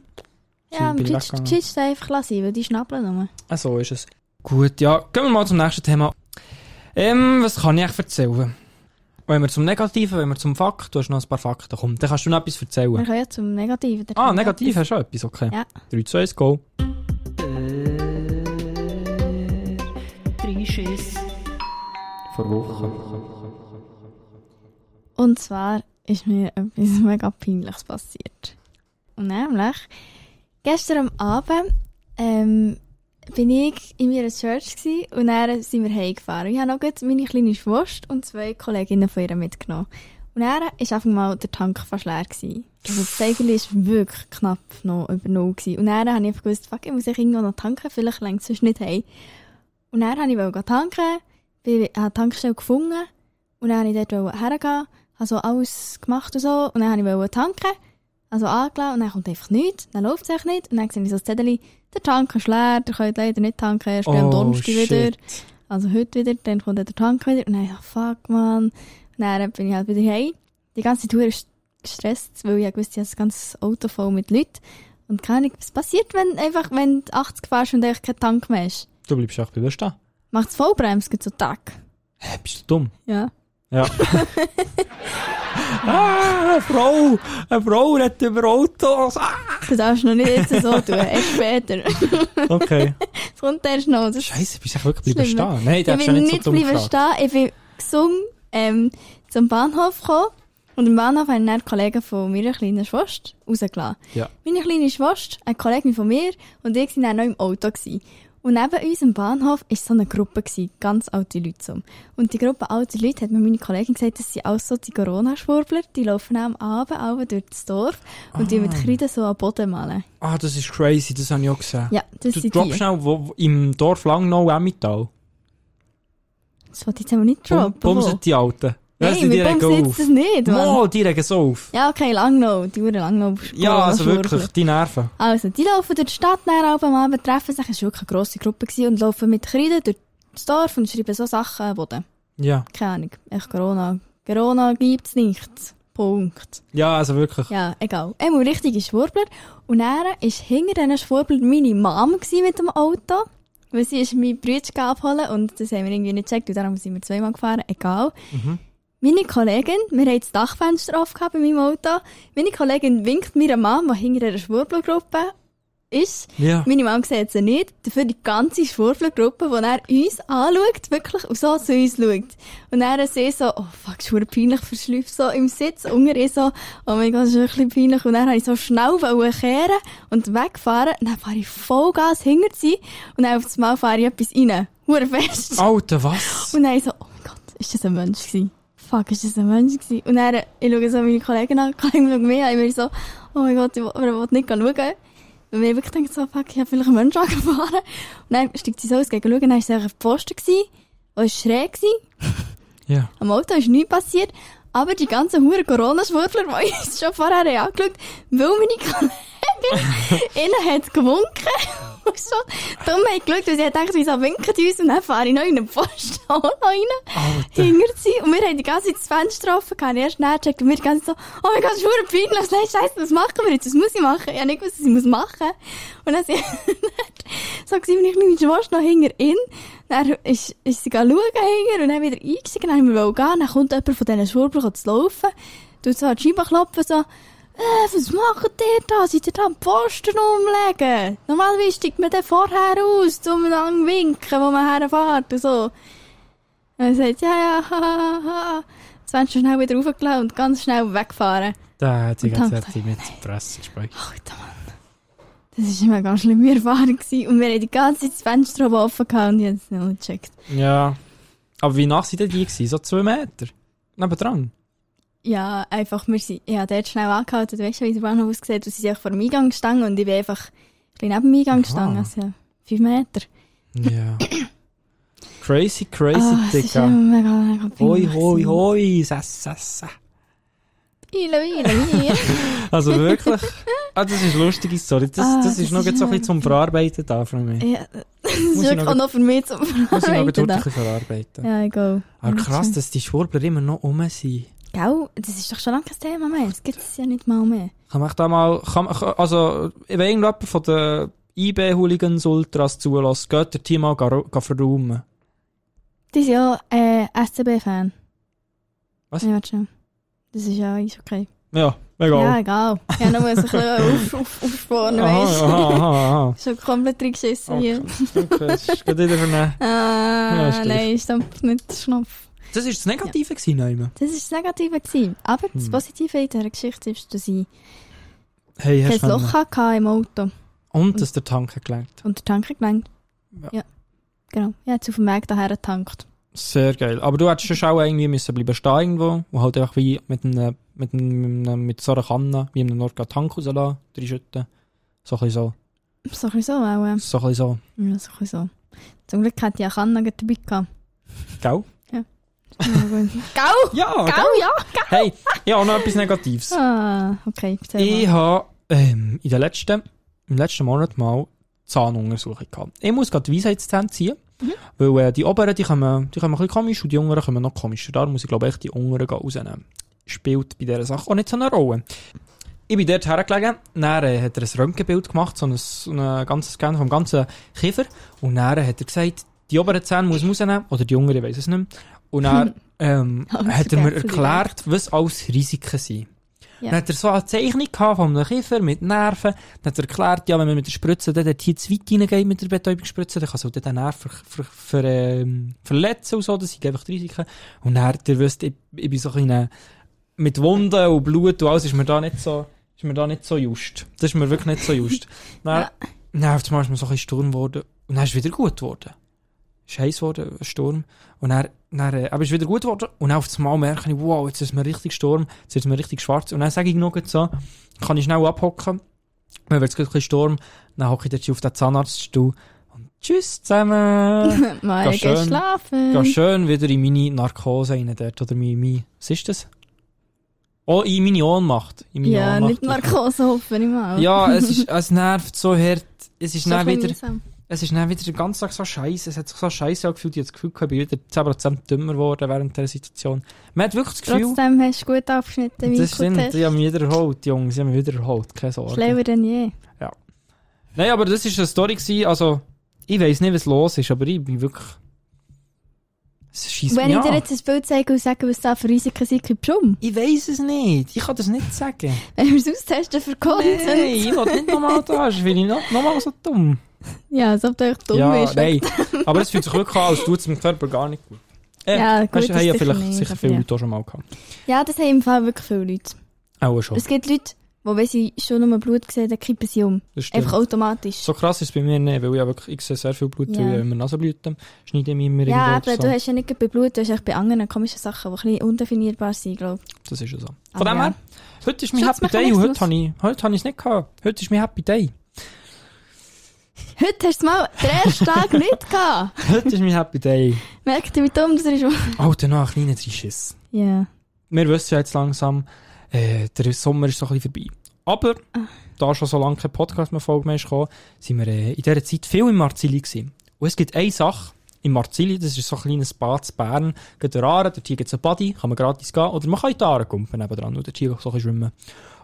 E: Ja,
D: bin
E: aber
D: ich
E: die
D: weggegangen.
E: Chits einfach lassen, weil die schnappeln nur.
D: Ah, so ist es. Gut, ja. Gehen wir mal zum nächsten Thema. Ähm, was kann ich euch erzählen? Wenn wir zum Negativen, wenn wir zum Fakt, du hast noch ein paar Fakten, komm, dann kannst du noch etwas
E: Wir
D: erzählen.
E: können ja zum Negativen. da
D: Ah,
E: kommt
D: negativ
E: etwas.
D: hast du auch etwas, okay.
E: Ja.
D: 3, 2, 1, go.
E: Und zwar ist mir etwas *laughs* mega Peinliches passiert. Und nämlich, gestern am Abend ähm, bin ich in meiner Church gsi und dann sind wir heimgefahren. Ich habe noch gut meine kleine Schwester und zwei Kolleginnen von ihr mitgenommen. Und dann war einfach mal der Tank fast leer. Gewesen. Also das Segel war wirklich knapp noch über Null. Gewesen. Und dann habe ich einfach gewusst, fuck, ich muss ich irgendwo noch tanken, vielleicht längt es sonst nicht heim. Und dann wollte ich wollte tanken, bin- habe die Tankstelle gefunden und dann wollte ich dort hergehen, habe so alles gemacht und so und dann wollte ich tanken, also angelassen und dann kommt einfach nichts, dann läuft es echt nicht und dann sehe ich so ein Zettel, der Tank ist leer, ihr könnt leider nicht tanken, erst am Donnerstag wieder. Also heute wieder, dann kommt der Tank wieder und dann ich, fuck man. Dann bin ich halt wieder heim. Die ganze Tour ist gestresst, weil ich wusste, ich habe das ganze Auto voll mit Leuten. Und keine Ahnung, was passiert, wenn einfach, wenn du 80 fährst und eigentlich kein Tank mehr ist?
D: Du bleibst auch bei stehen.
E: Macht es Vollbremse geht so Tag.
D: Hä, bist du dumm?
E: Ja.
D: Ja. ah, eine Frau! Eine Frau redet über Autos!
E: *laughs*
D: Ah!
E: Du darfst noch nicht jetzt so tun, erst später. *laughs* Es
D: Okay.
E: kommt erst noch. Das
D: Scheiße, bist du echt wirklich bleiben
E: Schlimm.
D: stehen? Nein, du
E: ich
D: hast ja
E: bin
D: nicht so
E: nicht
D: dumm
E: bleiben
D: gefragt.
E: stehen. Ich bin gesungen ähm, zum Bahnhof gekommen. Und am Bahnhof haben dann die Kollegen von meiner kleinen Schwester rausgelassen.
D: Ja.
E: Meine kleine Schwester, eine Kollegin von mir und ich waren dann noch im Auto. Gewesen. Und neben uns am Bahnhof war so eine Gruppe, gewesen, ganz alte Leute. So. Und die Gruppe alte Leute hat mir meine Kollegin gesagt, das sind alles so die Corona-Schwurbler, die laufen auch am Abend alle durch das Dorf und die mit Kreide so am Boden malen.
D: Ah, das ist crazy, das habe ich auch gesehen.
E: Ja, das
D: du
E: sind
D: droppst
E: die.
D: schnell wo, wo- im Dorf Langnau, Emmental.
E: Das wollte ich jetzt aber nicht droppen.
D: Bumsen die Alten. Weißt du,
E: Nein,
D: die
E: wir
D: regen
E: bumsen
D: auf.
E: jetzt das nicht, Mann.
D: Mo, die regen so auf.
E: Ja, okay, lang noch. Die Uhren lang noch.
D: Ja, also wirklich, die Nerven.
E: Also, die laufen durch die Stadt nach am Abend, treffen sich, es war wirklich eine grosse Gruppe gewesen, und laufen mit Kreide durch das Dorf und schreiben so Sachen an den Boden.
D: Ja.
E: Keine Ahnung, echt Corona. Corona gibt's nicht. Punkt.
D: Ja, also wirklich.
E: Ja, egal. Er war richtige Schwurbler. Und er war hinter diesen Schwurblern meine Mom gsi mit dem Auto. Weil sie ist meinen Bruder abholen und das haben wir irgendwie nicht gecheckt. Und darum sind wir zweimal gefahren. Egal. Meine Kollegin, wir haben das Dachfenster offen gehabt bei meinem Auto. Meine Kollegin winkt mir Mom, die hinter einer Schwurblergruppe ist.
D: Ja.
E: Meine Mom sieht sie nicht. Dafür die ganze Schwurblergruppe, die er uns anschaut, wirklich, und so zu uns schaut. Und dann sie so, oh fuck, ist verdammt peinlich, verschläuft so im Sitz, unter ihr so, oh mein Gott, ist wirklich peinlich. Und dann habe ich so schnell wollen kehren und wegfahren. Und dann fahre ich Vollgas hinter sie und dann auf das Mal fahre ich etwas rein. Hure fest.
D: Alter, was?
E: Und dann ich so, oh mein Gott, ist das ein Mensch gewesen? Fuck, ist das ein Mensch gewesen? Und dann, äh, ich schaue so meine Kollegen *laughs* an, die Kollegen schauen mich an, ich bin so, oh mein Gott, ich will, ich will nicht schauen. gehen. Weil wir wirklich denken so, fuck, ich habe vielleicht einen Mensch angefahren. *laughs* Und dann steigt sie so aus, gegen schauen, dann war es einfach ein Pfosten gewesen, der war schräg gewesen.
D: Ja.
E: Am Auto ist nichts passiert, aber Ah, die ganzen huren Corona-Schwurbler, *laughs* die uns schon vorher haben angeschaut weil meine Kollegin ihnen hat gewunken. *laughs* Und so dumm haben geschaut, weil sie hat gedacht, wieso winken die uns? Und dann fahre ich noch nou, in einen *laughs* Post auch noch rein, hinter sie. Und wir haben die ganze Zeit das Fenster offen, gehabt. Ich erst nachgecheckt und wir die ganze Zeit so, oh mein Gott, schwuren peinlich, nein, scheisse, was machen wir jetzt? Was muss ich machen? Ich habe nicht gewusst, was ich muss machen. Und dann sind *laughs* so gewesen, bin ich mit meinem Schwester noch hinter ihn. Dann ist, ist sie gegangen schauen hinter und dann wieder eingestiegen, dann haben wir wollen gehen, dann kommt jemand von diesen Schwurblern zu laufen, tut so an die Scheibe klopfen, so, äh, was macht ihr da? Seid ihr da am Posten umlegen? Normalerweise steigt man den vorher aus, um lang winken, wo man herfährt und so. Und er sagt, ja, ja, ha, ha, ha. Jetzt werden sie schnell wieder raufgelassen und ganz schnell wegfahren.
D: Da hat sie
E: Und
D: ganz
E: dann-
D: fertig mit der Presse gespeichert.
E: Alter Mann. Das war immer eine ganz schlimme Erfahrung. gewesen. Und wir haben die ganze Zeit das Fenster oben offen gehabt und ich habe es noch nicht gecheckt.
D: Ja. Aber wie nach sind denn die gewesen? So zwei Meter? Nebendran?
E: Ja, einfach, wir sind, ich habe dort schnell angehalten, du weißt schon, wie der Bahnhof aussieht, und sie sind einfach vor dem Eingang gestanden und ich bin einfach ein bisschen neben dem Eingang gestanden, also fünf Meter. *coughs*
D: Ja. crazy, crazy,
E: Ah, es ist immer
D: Digga.
E: mega, mega
D: Hoi,
E: peinlich
D: hoi,
E: gewesen.
D: hoi, sass, sass, sass.
E: Ile, ile,
D: *laughs*
E: ile.
D: Also wirklich. Ah, das ist lustige Story. Das,
E: Ah,
D: das
E: das
D: ist noch
E: ist
D: jetzt so ein
E: ja-
D: bisschen zum Verarbeiten da von mir.
E: ja, das ist
D: Muss ich
E: wirklich
D: noch-
E: auch noch für mich zum
D: Muss ich
E: *laughs*
D: noch
E: Verarbeiten
D: gut
E: da.
D: verarbeiten.
E: Ja, egal.
D: Aber krass, dass die Schwurbler immer noch um sind.
E: Gell, das ist doch schon lange kein Thema mehr, das gibt es ja nicht mal mehr.
D: Kann man da mal, kann, man- also, wenn irgendjemand von den IB-Hooligans Ultras zulässt, geht der Team mal ga- ga verräumen.
E: Die sind ja äh, SCB-Fan.
D: Was?
E: Ja, warte schnell. Das ist ja eigentlich okay.
D: Ja,
E: Ja,
D: egal.
E: egal. Ja, nur muss
D: *laughs*
E: ich ein bisschen auf, auf, aufsporen,
D: aha,
E: weißt
D: aha,
E: *laughs* du.
D: aha, aha.
E: Schon komplett reingeschissen hier.
D: Okay, das ist gerade wieder eine-
E: Ah,
D: ist gleich.
E: nein, ist dann nicht der Schnupf.
D: Das war das Negative gewesen, Neumann.
E: Das war das Negative. Gewesen. Aber
D: Hmm.
E: das Positive in dieser Geschichte ist, dass ich
D: Hey,
E: kein
D: hast du
E: Loch
D: können.
E: hatte im Auto
D: Und dass der Tank gelangt.
E: und der Tanker gelenkt.
D: Ja.
E: ja. Genau. Ich habe jetzt auf dem Weg daher getankt.
D: Sehr geil. Aber du hättest schon auch irgendwie müssen bleiben stehen irgendwo und halt einfach wie mit einem, mit einem, mit, einem, mit so einer Kanne, wie einem Nordgard Tank rauslassen, drei Schütten. So ein bisschen so.
E: So ein bisschen so auch. äh.
D: So ein bisschen so.
E: Ja, so ein bisschen so. Zum Glück hatte ich eine Kanne gerade dabei
D: *laughs*
E: gehabt.
D: Gell?
E: Ja, gut. Gau!
D: Ja,
E: Gau, ja! Gau!
D: Hey, ja, auch noch etwas Negatives.
E: Ah, okay, erzähl
D: Ich
E: mal.
D: habe ähm, in der letzten, im letzten Monat mal Zahnuntersuchung gehabt. Ich muss gerade die Weisheitszähne ziehen, weil äh, die oberen, die kommen, die kommen ein bisschen komisch und die unteren kommen noch komischer. Darum muss ich glaube ich die unteren gehen rausnehmen. Spielt bei dieser Sache auch nicht so eine Rolle. Ich bin dort hergelegen, dann äh, hat er ein Röntgenbild gemacht, so ein, so ein ganzes Scan vom ganzen Kiefer und dann hat er gesagt, die oberen Zähne muss man rausnehmen, oder die unteren, ich weiss es nicht mehr. Und
E: *laughs*
D: dann ähm,
E: Alles
D: hat er mir
E: vergessen, die
D: erklärt, was alles Risiken sind.
E: Ja.
D: Dann hat er so eine Zeichnung gehabt von einem Kiefer mit Nerven. Dann hat er erklärt, ja, wenn man mit der Spritze dann dort hier zu weit reingeht mit der Betäubungsspritze, dann kann es auch den Nerv ver, ver, ver, ähm, verletzen und so. Das sind einfach die Risiken. Und dann, ihr wisst, ich, ich bin so ein bisschen, äh, mit Wunden und Blut und alles ist mir da nicht so, ist mir da nicht so just. Das ist mir wirklich nicht so just. dann, dann auf einmal ist mir so ein bisschen Sturm geworden. Und dann ist es wieder gut geworden. Ist heiß geworden, ein Sturm. Und dann, dann äh, aber ist wieder gut geworden. Und dann auf einmal merke ich, wow, jetzt ist mir richtig Sturm, jetzt ist mir richtig schwarz. Und dann sage ich noch grad so, kann ich schnell abhocken. Dann wird es ein bisschen Sturm. Dann hocke ich dort auf den Zahnarztstuhl. Und tschüss zusammen!
E: Mal
D: Geh schön.
E: geschlafen.
D: Ja, schön wieder in meine Narkose rein dort, oder meine, meine, was ist das? Oh, in meine Ohnmacht. In meine
E: Ja,
D: Ohnmacht.
E: nicht Narkose, hoffe ich mal.
D: Ja, es, ist, es nervt so hart. Es ist
E: Ist doch
D: dann
E: ein bisschen
D: wieder,
E: mühsam.
D: Es ist dann wieder den ganzen Tag so scheiße. Es hat sich so scheiße angefühlt. Ich habe das Gefühl, gehabt, ich bin wieder 10% dümmer geworden während dieser Situation. Man hat wirklich das Gefühl,
E: Trotzdem hast du gut abgeschnitten, wie
D: das stimmt. Ich
E: du
D: habe mich wieder erholt, Jungs. Ich habe mich wieder erholt. Keine Sorge.
E: Schlauer denn je.
D: Nein, aber das war eine Story. Gewesen. Also, ich weiß nicht, was los ist, aber ich bin wirklich. Es schießt
E: Wenn
D: mich
E: ich dir
D: an.
E: jetzt ein Bild zeige und sage, was da für Risiken sind, gibt es schon.
D: Ich weiß es nicht. Ich kann das nicht sagen.
E: Wenn wir es austesten für Content.
D: Nein, ich will nicht nochmal da. Das finde ich noch, noch mal so dumm.
E: Ja, als ob du echt dumm
D: ja,
E: bist.
D: nein. Aber es fühlt sich wirklich an, als tut es meinem Körper gar nicht gut. Äh,
E: Ja, gut,
D: weißt du,
E: das
D: haben ja
E: sicher
D: vielleicht
E: nicht,
D: sicher
E: aber
D: viele
E: ja.
D: Leute auch schon mal gehabt.
E: Ja, das haben im Fall wirklich viele Leute.
D: Auch schon.
E: Es gibt Leute, die, wenn sie schon nur Blut sehen, dann kippen sie um.
D: Das stimmt.
E: Einfach automatisch.
D: So krass ist es bei mir nicht, weil ich, ja wirklich, ich sehe sehr viel Blut,
E: Ja.
D: weil ich immer Nasenblüten schneide ich mir immer
E: ja,
D: irgendwo so.
E: aber du hast ja nicht gerade bei Blut, du hast echt bei anderen komischen Sachen, die ein bisschen undefinierbar sind, glaube ich.
D: Das ist ja so. Von
E: Aber
D: dem
E: Oh, ja.
D: her, heute ist mein Happy Day und
E: Schutzmechanismus.
D: heute habe ich, heute habe ich es nicht gehabt. Heute ist mein Happy Day.
E: *laughs* Heute hast du es mal den ersten Tag *laughs* nicht gehabt.
D: Heute ist mein Happy Day.
E: Merkt ihr, wie dumm um, das ist?
D: Oh, dann noch ein kleiner Trischiss.
E: Ja.
D: Wir wissen ja jetzt langsam, äh, der Sommer ist so ein bisschen vorbei. Aber, da schon so lange kein Podcast mehr Folge mehr ist gekommen, sind wir äh, in dieser Zeit viel im Marzili gewesen. Und es gibt eine Sache im Marzili, das ist so ein kleines Bad in Bern, geht der Aare, dort hier gibt es einen Body, kann man gratis gehen, oder man kann in die Aare kumpen nebenan und dort hier so ein bisschen schwimmen.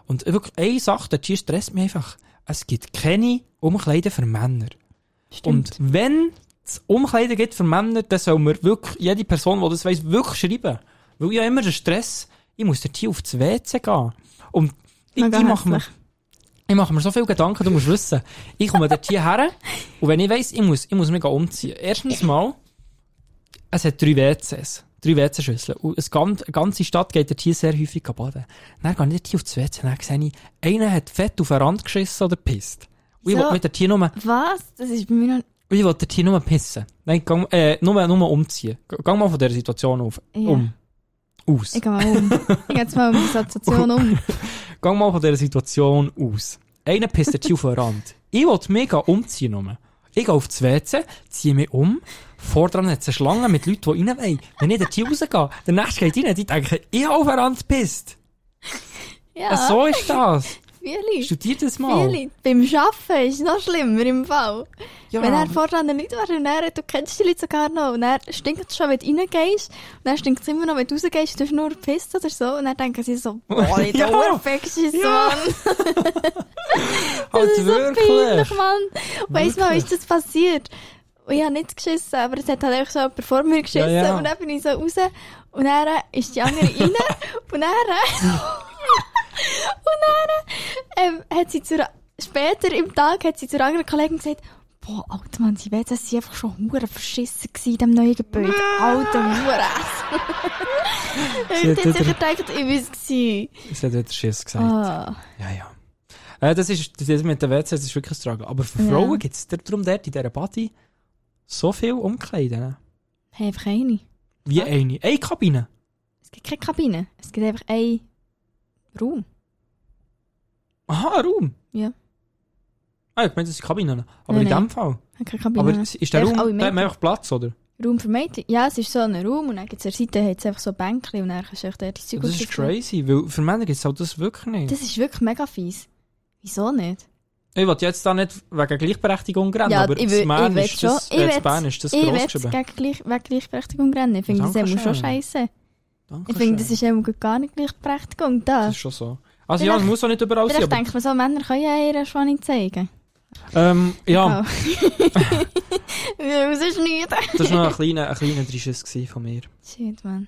D: Und wirklich eine Sache, dort hier stresst mich einfach. Es gibt keine Umkleiden für Männer.
E: Stimmt.
D: Und wenn es Umkleiden gibt für Männer, dann soll mir wirklich jede Person, die das weiss, wirklich schreiben. Weil ich habe immer den Stress, ich muss dort hier auf das WC gehen. Und ich, ich
E: Mega
D: mache mir,
E: herzlich.
D: ich mache mir so viel Gedanken, du musst wissen. Ich komme dort hierher und wenn ich weiss, ich muss, ich muss mich umziehen. Erstens mal, es hat drei WCs. Drei WC-Schüsseln. Und es gan- eine ganze Stadt geht dort hier sehr häufig baden. Dann gehe ich dort hier auf das WC und dann sehe ich, einer hat fett auf den Rand geschissen oder pisst. Und ich
E: So.
D: will mich dort hier nur
E: Was? Das ist bei mir noch...
D: und ich wollte hier nur pissen. Nein, gang, äh, nur, nur umziehen. G- Gang mal von dieser Situation auf.
E: Ja.
D: Um. Aus.
E: Ich gehe mal um. ich gehe jetzt mal um die Situation um.
D: Gang mal von dieser Situation aus. Einer pisst jetzt hier auf den Rand. Ich wollte mega umziehen. Nur. Ich gehe auf das WC, ziehe mich um. Vordran hat es eine Schlange mit Leuten, die rein wollen. Wenn ich dort hier rausgehe, der nächste geht rein, die denken, ich habe auf den Rand gepisst.
E: *laughs* Ja,
D: Äh, So ist das.
E: viele.
D: Studiert das mal.
E: Ah.
D: um.
E: Viele. Beim Arbeiten ist es noch schlimmer im Fall.
D: Ja.
E: Wenn er vorher nicht war und er, du kennst die Leute sogar noch und er stinkt es schon, wenn du reingehst und dann stinkt es immer noch, wenn du rausgehst, du hast nur Piss oder so und dann denken sie so,
D: *laughs*
E: boah, ich
D: Ja.
E: ja. der Fixis,
D: Ja.
E: Mann.
D: halt
E: Das ist so peinlich,
D: wirklich.
E: Mann. Weiss mal, ist das passiert? Und ich habe nicht geschissen, aber es hat halt einfach so jemand vor mir geschissen
D: Ja, ja.
E: und dann bin ich so raus und dann ist die
D: *laughs*
E: andere rein und dann, und dann ähm, hat sie zur, später im Tag hat sie zur anderen Kollegin gesagt, boah, alter Mann, sie weiß, sie einfach schon hure verschissen gsi in dem neuen Gebäude. Alter
D: *laughs*
E: Hure. *laughs*
D: Sie hat
E: Und dann hat sie
D: wieder-
E: gedacht, ich weiß gsi.
D: Es hat wieder Schiss gesagt.
E: Ah,
D: Ja, ja. Äh, das ist, das mit den WC das ist wirklich ein Struggle. Aber für
E: Ja.
D: Frauen gibt es darum dort in dieser Party so viel Umkleiden.
E: hey, einfach eine. Ah.
D: Wie eine. Eine Kabine.
E: Es gibt keine Kabine. Es gibt einfach einen Raum.
D: Aha, ein Raum.
E: Ja.
D: Ah, ich meine, das sind Kabinen. Aber
E: Nein,
D: in dem
E: nein.
D: Fall.
E: Ja, Keine Kabine.
D: Aber ist der
E: Einfach alle
D: Raum, da hat man
E: Meter.
D: einfach Platz, oder?
E: Raum für Mädchen? Ja, es ist so ein Raum und dann gibt es Seite hat's einfach so Bänkchen und dann kannst du echt dort die Zeug
D: Das ist
E: rausstellen.
D: crazy, weil für Männer gibt es halt das wirklich nicht.
E: Das ist wirklich mega fies. Wieso nicht?
D: ich will jetzt da nicht wegen Gleichberechtigung reden,
E: Ja,
D: aber
E: ich
D: zu
E: will-
D: Bern
E: ich will
D: ist das,
E: schon. Ich
D: äh, zu
E: will-
D: Bern ist das
E: ich
D: gross
E: will gegen
D: geschrieben.
E: Gleich, wegen Gleichberechtigung rennen. Ich finde, das
D: Dankeschön.
E: immer schon scheiße. Ich
D: Dankeschön.
E: finde, das ist eben gar nicht Gleichberechtigung da.
D: Das ist schon so. Also ja, es
E: Vielleicht-
D: muss auch nicht überall sein,
E: Vielleicht
D: aber...
E: denkt man so, Männer können ja ihre Schwanne zeigen.
D: Ähm, ja.
E: Oh. Rausschneiden.
D: Das
E: *laughs*
D: war noch ein kleiner, ein kleiner Drischiss gewesen von mir.
E: Shit, Mann.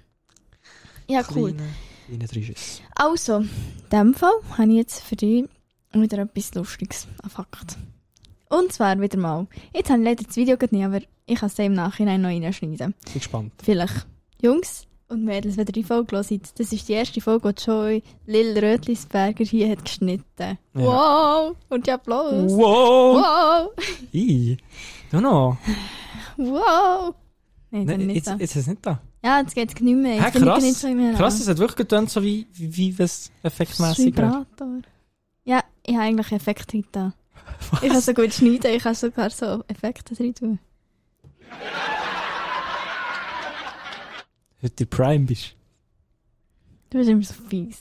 E: Ja, cool.
D: Kleiner, kleiner Drischiss.
E: Also, in diesem Fall habe ich jetzt für dich wieder etwas Lustiges an Fakt. Und zwar wieder mal. Jetzt habe ich leider das Video gerade nicht, aber ich kann es dann im Nachhinein noch reinschneiden.
D: Bin gespannt.
E: Vielleicht. Jungs und Mädels, wenn ihr die Folge hört, das ist die erste Folge, die Joy Lil Rötlisberger hier hat geschnitten. Wow! Und ja, Applaus!
D: Wow!
E: Wow!
D: I. No, no.
E: Wow! Nein, das
D: Nein,
E: nicht
D: jetzt,
E: da.
D: jetzt ist es nicht da.
E: Ja, jetzt geht es nicht mehr.
D: Hä,
E: Jetzt bin ich
D: krass.
E: nicht so im
D: Krass, es hat wirklich getönt, so wie, wie, wie was effektmässig wäre.
E: Vibrator. Ja, ich habe eigentlich Effekte heute da. Ich kann so gut schneiden, ich kann sogar so Effekte drin tun.
D: Heute der Prime *laughs* bist.
E: Du bist immer so fies.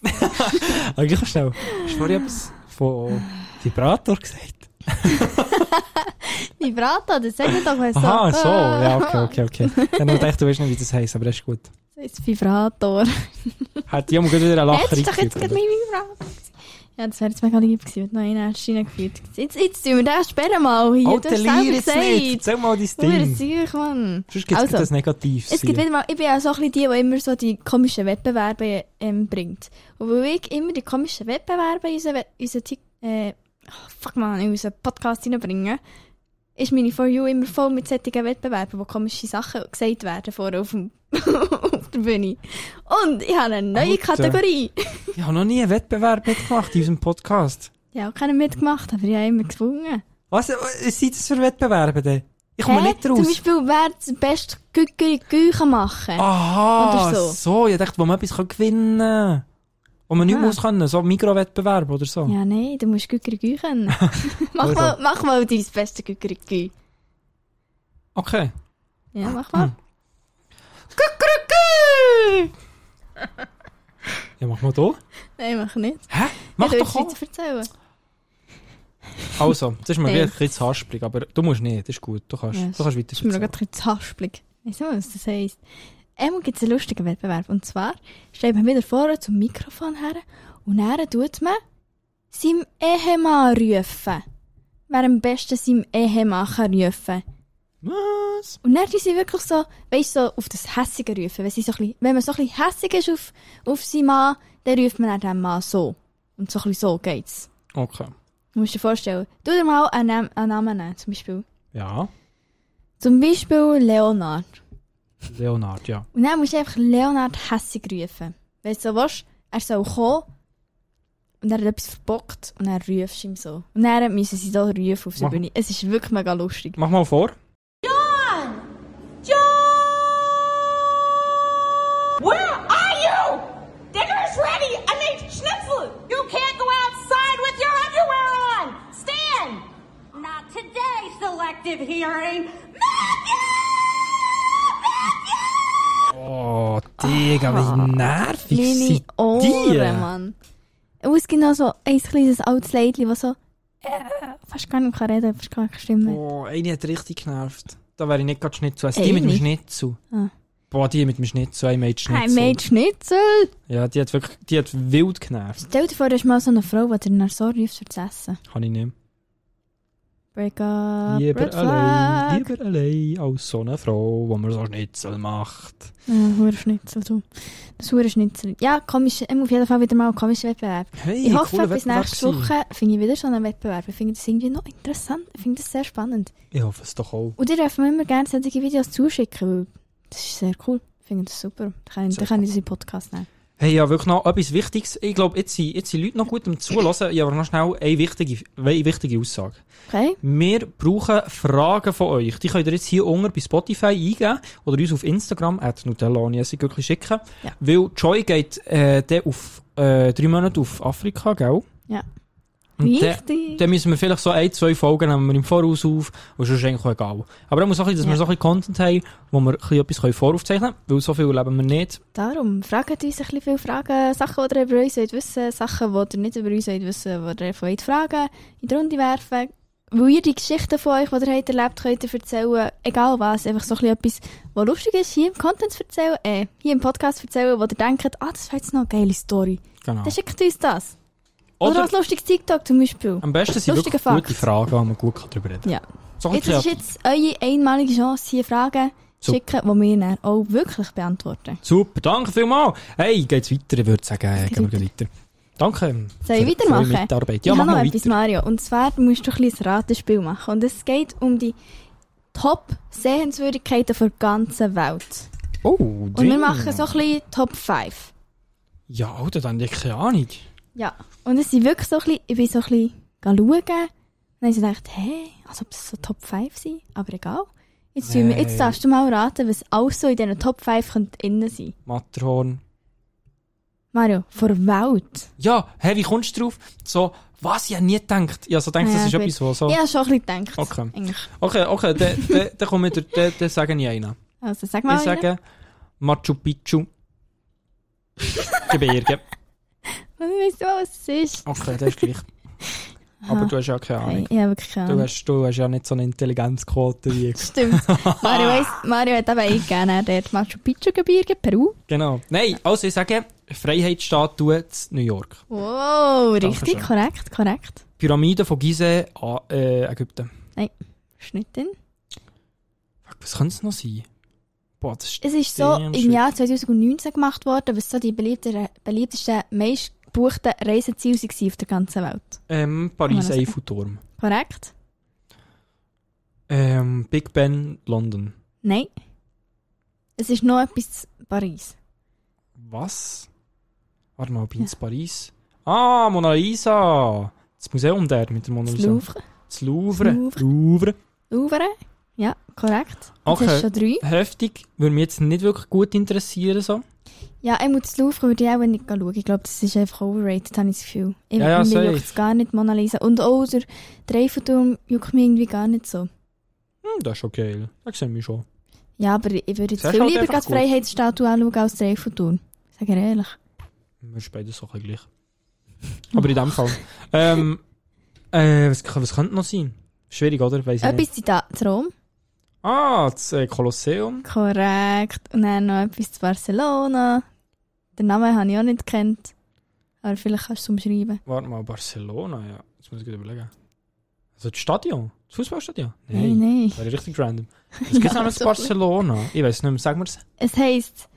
D: Aber gleich schnell. Hast du vorhin etwas von Vibrator gesagt?
E: Vibrato, das sagt man doch, wenn es
D: Aha,
E: so...
D: so. Ah, Ja, okay, okay, okay. Ich habe gedacht, du weißt nicht, wie das heisst, aber das ist gut.
E: Das ist Vibrator.
D: Hat die Junge wieder eine Lacher
E: Hättest du doch jetzt gerade
D: reingegeben.
E: mein Vibrator gewesen. Ja, das wäre jetzt mega lieb gewesen, wenn du noch einen hättest reingeführt. Jetzt, jetzt tun wir den sperren mal hier.
D: Oh,
E: du hast
D: der Lier jetzt nicht.
E: selber gesagt.
D: Erzähl mal dein Ding.
E: Hure Zeug, Mann.
D: Sonst gibt es
E: Also,
D: das Negatives.
E: Es gibt wieder mal, ich bin ja so ein bisschen die, die immer so die komischen Wettbewerbe ähm, bringt. Und weil ich immer die komischen Wettbewerbe in unseren, unseren Tik- äh, oh, fuck man, in unseren Podcast hineinbringe, ist meine For You immer voll mit solchen Wettbewerben, wo komische Sachen gesagt werden vor auf, dem, auf der Bühne. Und ich habe eine neue
D: Alter.
E: Kategorie.
D: Ich habe noch nie einen Wettbewerb mitgemacht in unserem Podcast.
E: Ich habe auch keinen mitgemacht, aber ich habe immer gezwungen.
D: Was, was sind das für Wettbewerbe denn? Ich komme
E: Hä?
D: nicht
E: Zum
D: raus.
E: Beispiel, wer das beste Gü kann machen kann.
D: Aha,
E: Oder
D: so.
E: so.
D: Ich dachte, wo man etwas kann gewinnen kann. Wo man nicht
E: Ah.
D: muss können. So Mikrowettbewerb oder so.
E: Ja, nein, du musst Gückerigü können. mach,
D: Also.
E: mal, mach mal dein bestes Gückerigü.
D: Okay.
E: Ja, mach mal.
D: Ja, mach mal da.
E: Nein, mach nicht.
D: Hä? Mach
E: ja,
D: doch auch.
E: nicht erzählen.
D: Also, das ist mir
E: Nein.
D: wirklich jetzt haarsprig, aber du musst nicht, das ist gut. Du kannst,
E: Ja,
D: du kannst weiter
E: Das ist mir
D: erzählen.
E: gerade ein bisschen haspelig. Ich weiß nicht, was das heisst. Einmal gibt es einen lustigen Wettbewerb. Und zwar steht man wieder vorne zum Mikrofon her und dann tut man seinem Ehemann rufen. Wer am besten seinem Ehemann kann rufen
D: Was?
E: Und dann die sind wirklich so, weißt du, so auf das Hässige rufen. Wenn, sie so ein bisschen, wenn man so ein bisschen hässig ist auf, auf seinen Mann, dann ruft man dann den Mann so. Und so ein bisschen so geht's.
D: Okay.
E: Du musst dir vorstellen, tu dir mal einen, Nam- einen Namen nehmen, zum Beispiel.
D: Ja,
E: Zum Beispiel Leonard.
D: Leonard, ja.
E: Und dann musst du einfach Leonard hässig rufen. Wenn du so willst, er soll kommen und er hat etwas verbockt und dann rufst du ihm so. Und dann müssen sie so rufen auf der
D: Mach-
E: Bühne. Es ist wirklich mega lustig.
D: Mach mal vor.
G: Where are you? Dinner is ready. I made schnitzel. You can't go outside with your underwear on. Stand. Not today, selective hearing.
D: Oh, Digga, wie nervig
E: Ah. Meine
D: sind
E: Ohren,
D: die?
E: Mann. Und es gibt noch so ein kleines altes Leidchen, das so äh, fast gar nicht kann reden fast gar keine Stimme hat.
D: Oh, eine hat richtig genervt. Da wäre ich nicht gerade Schnitzel. Also die
E: Eine?
D: mit dem Schnitzel.
E: Ah.
D: Boah, die mit dem Schnitzel, eine mit Schnitzel.
E: Hey, Made Schnitzel!
D: Ja, die hat wirklich, die hat wild genervt.
E: Stell dir vor, du hast mal so eine Frau, die dir nach so ruft, für zu essen.
D: Kann ich nicht.
E: Break up,
D: Lieber
E: Ah, red
D: allein,
E: flag.
D: lieber allein als so eine Frau, wo man so Schnitzel macht.
E: Ja, hure Schnitzel, du. Das hure Schnitzel. Ja, komisch, ähm, auf jeden Fall wieder mal ein komischer Wettbewerb.
D: Hey,
E: ich hoffe,
D: cooler
E: bis
D: Wettbewerb
E: nächste
D: gewesen.
E: Woche finde ich wieder so einen Wettbewerb. Ich finde das irgendwie noch interessant. Ich finde das sehr spannend.
D: Ich hoffe es doch auch.
E: Und ihr dürft mir immer gerne solche Videos zuschicken, weil das ist sehr cool. Ich finde das super. Da kann ich, da
D: Sehr
E: kann ich das in den Podcast nehmen.
D: Hey, ja, nou wirklich noch etwas Wichtiges. Ich glaube, jetzt sind, jetzt sind Leute noch gut am Zuhören. Ich habe aber noch schnell eine wichtige, eine wichtige Aussage.
E: Okay?
D: Wir brauchen Fragen von euch. Die könnt ihr jetzt hier unten bei Spotify eingeben oder uns auf Instagram, at Nutellanesi, wirklich schicken.
E: Ja.
D: Weil Joy geht äh, dann auf äh, drei Monate auf Afrika, gell?
E: Ja.
D: Und dann,
E: Richtig.
D: dann müssen wir vielleicht so ein, zwei Folgen nehmen wir im Voraus auf und sonst ist eigentlich auch egal. Aber dann muss auch ein bisschen, dass wir
E: Ja.
D: so ein bisschen Content haben, wo wir ein bisschen etwas können voraufzeichnen können, weil so viel leben wir nicht.
E: Darum, fragt uns ein bisschen viele Fragen, Sachen, die ihr über uns wollt wissen Sachen, die ihr nicht über uns wollt wissen wollt, die ihr von euch fragen, in die Runde werfen. Weil ihr die Geschichten von euch, die ihr habt erlebt könnt ihr erzählen, egal was, einfach so ein bisschen etwas, was lustig ist, hier im Content zu erzählen, äh, hier im Podcast zu erzählen, wo ihr denkt, ah, das wäre jetzt noch eine geile Story.
D: Genau.
E: Dann schickt uns das.
D: Oder
E: Oder, ein lustiges TikTok zum Beispiel.
D: am besten sind
E: lustiger
D: wirklich gute
E: Fakt.
D: Fragen, wo man gut darüber reden kann.
E: Ja.
D: So ein
E: Jetzt ist
D: bisschen-
E: jetzt eure einmalige Chance, hier Fragen zu
D: Super.
E: schicken, die wir dann auch wirklich beantworten.
D: Super, danke vielmals. Hey, geht's weiter? Ich würde sagen, äh,
E: geht
D: gehen wir gleich weiter. Danke.
E: Soll ich
D: für- für
E: weitermachen?
D: eure Mitarbeit. Ja,
E: ich
D: mach
E: habe noch
D: mal
E: etwas,
D: weiter.
E: Mario. Und zwar musst du ein kleines Ratespiel machen. Und es geht um die Top-Sehenswürdigkeiten der ganzen Welt.
D: Oh,
E: Und wir
D: damn.
E: machen so ein bisschen Top 5.
D: Ja, oh, Alter, dann habe ich keine Ahnung.
E: Ja. Und es sind wirklich so ein bisschen, ich bin so ein bisschen schauen. Und dann habe ich so gedacht, hey, als ob das so Top 5 sind. Aber egal. Jetzt, tun wir,
D: Nein.
E: jetzt darfst du mal raten, was alles so in diesen Top 5 könnte innen sein.
D: Matterhorn.
E: Mario, vor Welt.
D: Ja, hey, wie kommst du drauf? So, was? Ich habe nie gedacht. Ich habe so gedacht,
E: Ja,
D: das ist
E: gut.
D: etwas, was so...
E: Ich habe schon ein bisschen gedacht.
D: Okay.
E: Eigentlich.
D: Okay, okay,
E: *laughs*
D: dann da, da komme ich... dir- Dann da sage ich einen.
E: Also sag mal.
D: Ich
E: einen.
D: sage Machu Picchu. Gebirge.
E: Und ich weiss nicht, was es ist.
D: Okay, das ist gleich. Aber du hast ja keine Ahnung.
E: Okay, ich habe wirklich keine
D: Du,
E: Ahnung.
D: hast, du hast ja nicht so eine Intelligenzquote wie
E: *laughs*
D: ich. *laughs*
E: Stimmt. Mario, weiss, Mario hat eben eingegeben, er hat Machu Picchu-Gebirge, Peru.
D: Genau. Nein, also ich sage, Freiheitsstatue in New York.
E: Wow, richtig,
D: Dankeschön.
E: korrekt, korrekt.
D: Pyramide von Gizeh ah, äh, Ägypten.
E: Ist nicht drin.
D: Fuck, was könnte es noch sein? Boah, das ist
E: Es ist so
D: Damn
E: im
D: shit.
E: Jahr 2019 gemacht worden, was so die beliebter- beliebtesten, meist gebuchten Reiseziele waren auf der ganzen Welt.
D: ähm,
E: Kann man
D: Paris
E: das-
D: Eiffelturm.
E: Korrekt?
D: Ähm, Big Ben, London.
E: Nein. Es ist noch etwas in Paris.
D: Was? Warte mal, bin ich in Paris? Ah, Mona Lisa! Das Museum dort mit der Mona
E: Das
D: Lisa.
E: Louvre.
D: Das Louvre.
E: Das Louvre.
D: Louvre.
E: Louvre? Ja, korrekt.
D: Okay.
E: Das ist schon drei.
D: Heftig. Würde mich jetzt nicht wirklich gut interessieren. So. Hm,
E: Ja, ich muss das Louvre würde ich auch nicht schauen. Ich glaube, das ist einfach overrated, habe ich das Gefühl. Ich,
D: Ja, ja,
E: mich
D: safe.
E: juckt's gar nicht, Mona Lisa. Und auch der Dreifenturm juckt mich irgendwie gar nicht so.
D: Hm, das ist schon geil. Das sehen wir schon.
E: Ja, aber ich würde jetzt
D: Das ist
E: viel
D: halt
E: lieber
D: einfach
E: gerade die
D: gut.
E: Freiheitsstatue anschauen als den Eiffelturm. Sag ich ehrlich.
D: Wir sind beide so ein bisschen gleich. Aber in
E: *laughs*
D: dem Fall. Ähm, äh, was, was könnte noch sein? Schwierig, oder? Weiss ich nicht.
E: Etwas zu da- zu Rom.
D: Ah, das äh, Kolosseum.
E: Korrekt. Und dann noch etwas zu Barcelona. Den Namen habe ich auch nicht gekannt. Aber vielleicht kannst du es umschreiben.
D: Warte mal, Barcelona, ja. Jetzt muss ich gut überlegen. Also das Stadion? Das Fußballstadion?
E: Nein, nein.
D: Das wäre richtig
E: *laughs*
D: random. Es gibt nämlich
E: so
D: Barcelona. Ich weiß nicht mehr, sagen wir das.
E: Es heisst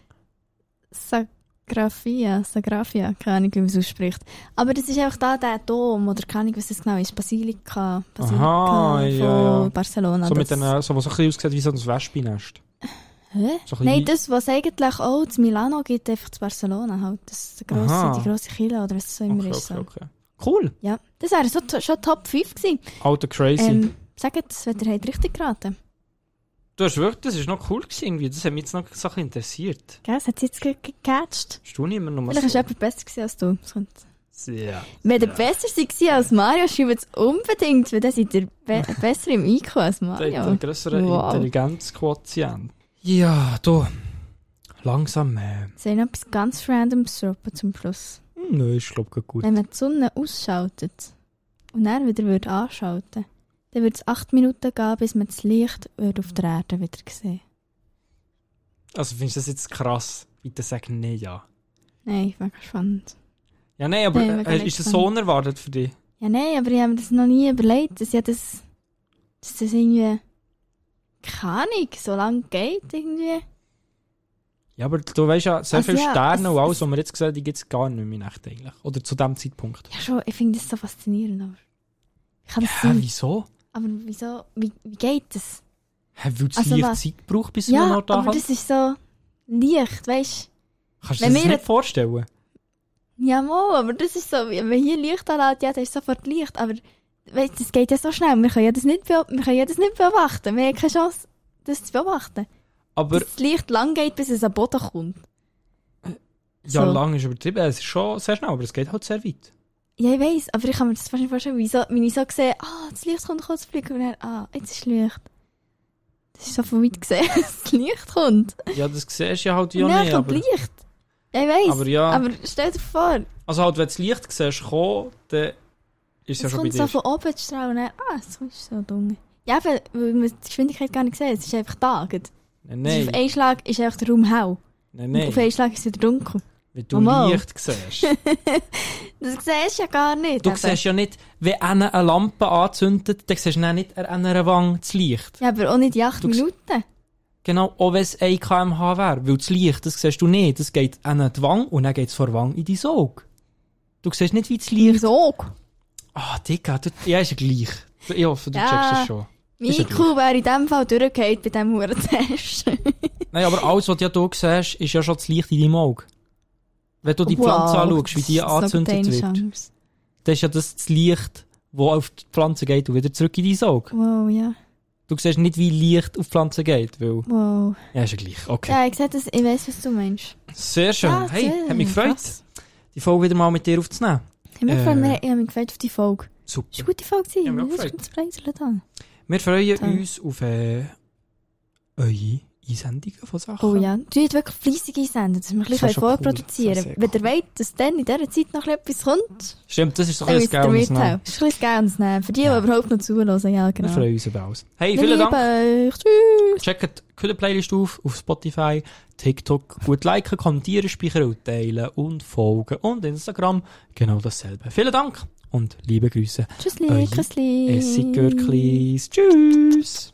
E: Sagrafia, Sagrafia, keine Ahnung, wie man es ausspricht. Aber das ist einfach da der Dom, oder keine Ahnung, was das genau ist, Basilika, Basilika
D: Aha,
E: von
D: ja, ja.
E: Barcelona.
D: So mit
E: das,
D: einer, so, was so ein bisschen aussieht wie so ein Wespennest.
E: hä?
D: So ein
E: Nein,
D: bisschen-
E: das, was eigentlich auch zu Milano gibt, einfach zu Barcelona halt. Das ist die grosse,
D: Aha.
E: die grosse Kille, oder was das so immer
D: okay,
E: ist. So.
D: okay, okay. Cool.
E: Ja, das wäre so, schon Top 5 gewesen.
D: Alter Crazy.
E: Ähm, sagt, das wird ihr richtig geraten.
D: Du hast wirklich, das ist noch cool gewesen irgendwie. Das hat mich jetzt noch so ein bisschen interessiert.
E: Gell, das hat sie jetzt ge- gecatcht.
D: Hast du nicht mehr nochmal
E: Vielleicht war jemand besser gewesen als du. Das könnte
D: Ja.
E: Wenn ihr besser seid als Mario, schreibt es unbedingt, weil dann seid ihr be besser im IQ als
D: Der hat einen
E: Mario.
D: grösseren
E: Wow.
D: Intelligenzquotient. Ja, du. Langsam. Äh,
E: Soll ich noch etwas ganz Randomes droppen zum Schluss?
D: nö, ist glaube ich gut.
E: Wenn man die Sonne ausschaltet und dann wieder würde anschalten dann würde es acht Minuten gehen, bis man das Licht würde auf der Erde wieder sehen
D: Also findest du das jetzt krass? Bitte sag nein, ja.
E: Nein, mega spannend.
D: Ja, nein, aber
E: Nein, mega
D: äh,
E: nicht
D: ist das so unerwartet für dich?
E: Ja, nein, aber ich habe mir das noch nie überlegt, dass ja das, dass das irgendwie, keine Ahnung, so lange geht irgendwie.
D: Ja, aber du weißt ja, sehr
E: Also
D: viele
E: ja,
D: Sterne und
E: es-
D: alles,
E: es-
D: was wir jetzt gesehen haben, die gibt es gar nicht mehr in echt eigentlich. Oder zu dem Zeitpunkt.
E: Ja schon, ich finde das so faszinierend, aber ich kann das
D: Hä,
E: nicht-
D: wieso?
E: Aber wieso, wie, wie geht das?
D: Hä, weil das
E: Also
D: Licht
E: was-
D: Zeit braucht, bis wir
E: Ja,
D: noch da
E: aber
D: haben?
E: das ist so leicht, weißt
D: Kannst du
E: wenn
D: dir das
E: wir-
D: nicht vorstellen?
E: du? Ja, mal, aber das ist so, wenn man hier Licht anlässt, ja, dann ist sofort Licht, aber weißt, das geht ja so schnell, wir können ja das nicht, beob- wir können ja das nicht beobachten, wir haben keine Chance, das zu beobachten.
D: Aber,
E: Dass das Licht lang geht, bis es am Boden kommt.
D: ja,
E: so.
D: lang ist übertrieben. Es ist schon sehr schnell, aber es geht halt sehr weit.
E: Ja, ich weiss, aber ich kann mir das fast nicht vorstellen, wieso, wenn ich so sehe, ah, das Licht kommt kurz fliegen und dann, ah, jetzt ist Licht. Das ist so von weit *laughs* gesehen, dass das Licht kommt.
D: Ja, das siehst du ja halt
E: Ja,
D: ja
E: Nein,
D: nicht.
E: kommt
D: Aber,
E: Licht. Ja, ich weiss,
D: aber ja,
E: aber stell dir vor,
D: also halt, wenn du das Licht siehst, kommen, dann ist es ja
E: Es
D: schon bei
E: kommt
D: dir.
E: so von oben die Strahl und dann, ah, so ist so dumm. Ja, weil, weil man die Geschwindigkeit gar nicht sieht, es ist einfach da. gerade.
D: nein,
E: Es ist auf
D: nein,
E: einen Schlag ist einfach der Raum hell.
D: nein,
E: und Auf einen
D: nein.
E: Schlag ist es wieder dunkel.
D: Wenn du
E: Mama.
D: Licht
E: *laughs*
D: siehst.
E: Das siehst du ja gar nicht.
D: Du
E: eben.
D: siehst ja nicht, wenn einer eine Lampe anzündet, dann siehst du dann nicht an einer Wange das Licht.
E: ja, aber auch nicht die 8
D: Du siehst-
E: Minuten.
D: Genau, auch wenn es 1 kmh wäre. Weil das Licht, das siehst du nicht. Das geht an die Wange und dann geht es vor der Wange in dein Auge. Du siehst nicht, wie das Licht...
E: Wieso?
D: Ah, Digga, du, ja, ist ja gleich. Du- Ich hoffe, du
E: Ja.
D: checkst das schon.
E: Mein
D: Ist ja
E: IQ wäre in diesem Fall durchgefallen bei diesem *laughs* Hurentest.
D: Nein, aber alles, was du ja hier siehst, ist ja schon das Licht in deinem Auge. Wenn du die Pflanze anschaust, wie die angezündet wird, dann ist ja das das Licht, das auf die Pflanze geht und wieder zurück in dein Auge.
E: Wow, ja.
D: Du siehst nicht, wie Licht auf die Pflanze geht, weil...
E: Wow.
D: Ja, ist ja gleich. Okay.
E: Ja, dus ich sehe das, ich weiss, was du meinst.
D: Sehr schön.
E: Ja,
D: hey,
E: sehr.
D: hat mich gefreut,
E: Krass.
D: die Folge wieder mal mit dir aufzunehmen.
E: Ich habe mich
D: Äh.
E: gefreut, wir- ich habe mich gefreut auf die Folge.
D: Super.
E: Ist eine gute Folge
D: Ja,
E: gewesen.
D: mich auch
E: Das
D: gefreut.
E: kommt das Breizeln an.
D: Wir freuen
E: Toll.
D: uns auf äh, eure Einsendungen von Sachen.
E: Oh ja, du hast wirklich fleissig einsendet, dass wir ein
D: Das
E: bisschen
D: ist schon cool.
E: vorproduzieren
D: Das ist
E: können.
D: sehr
E: Wenn ihr wollt, dass dann in dieser Zeit noch etwas kommt,
D: Stimmt, das ist so ein
E: dann
D: bisschen
E: müsst ihr
D: das Geld.
E: mithelfen.
D: Wir
E: Das ist ein bisschen das Geld nehmen. Für die, die überhaupt noch zuhören, ja genau.
D: freuen uns über alles. Hey,
E: Wir
D: vielen
E: lieben
D: Dank.
E: euch. Tschüss.
D: Checkt die coole Playlist auf, auf Spotify, TikTok, gut liken, kommentieren, speichern und teilen und folgen und Instagram genau dasselbe. Vielen Dank und liebe Grüße.
E: Tschüssli,
D: Eure
E: Küssli.
D: Essiggürklis. Tschüss.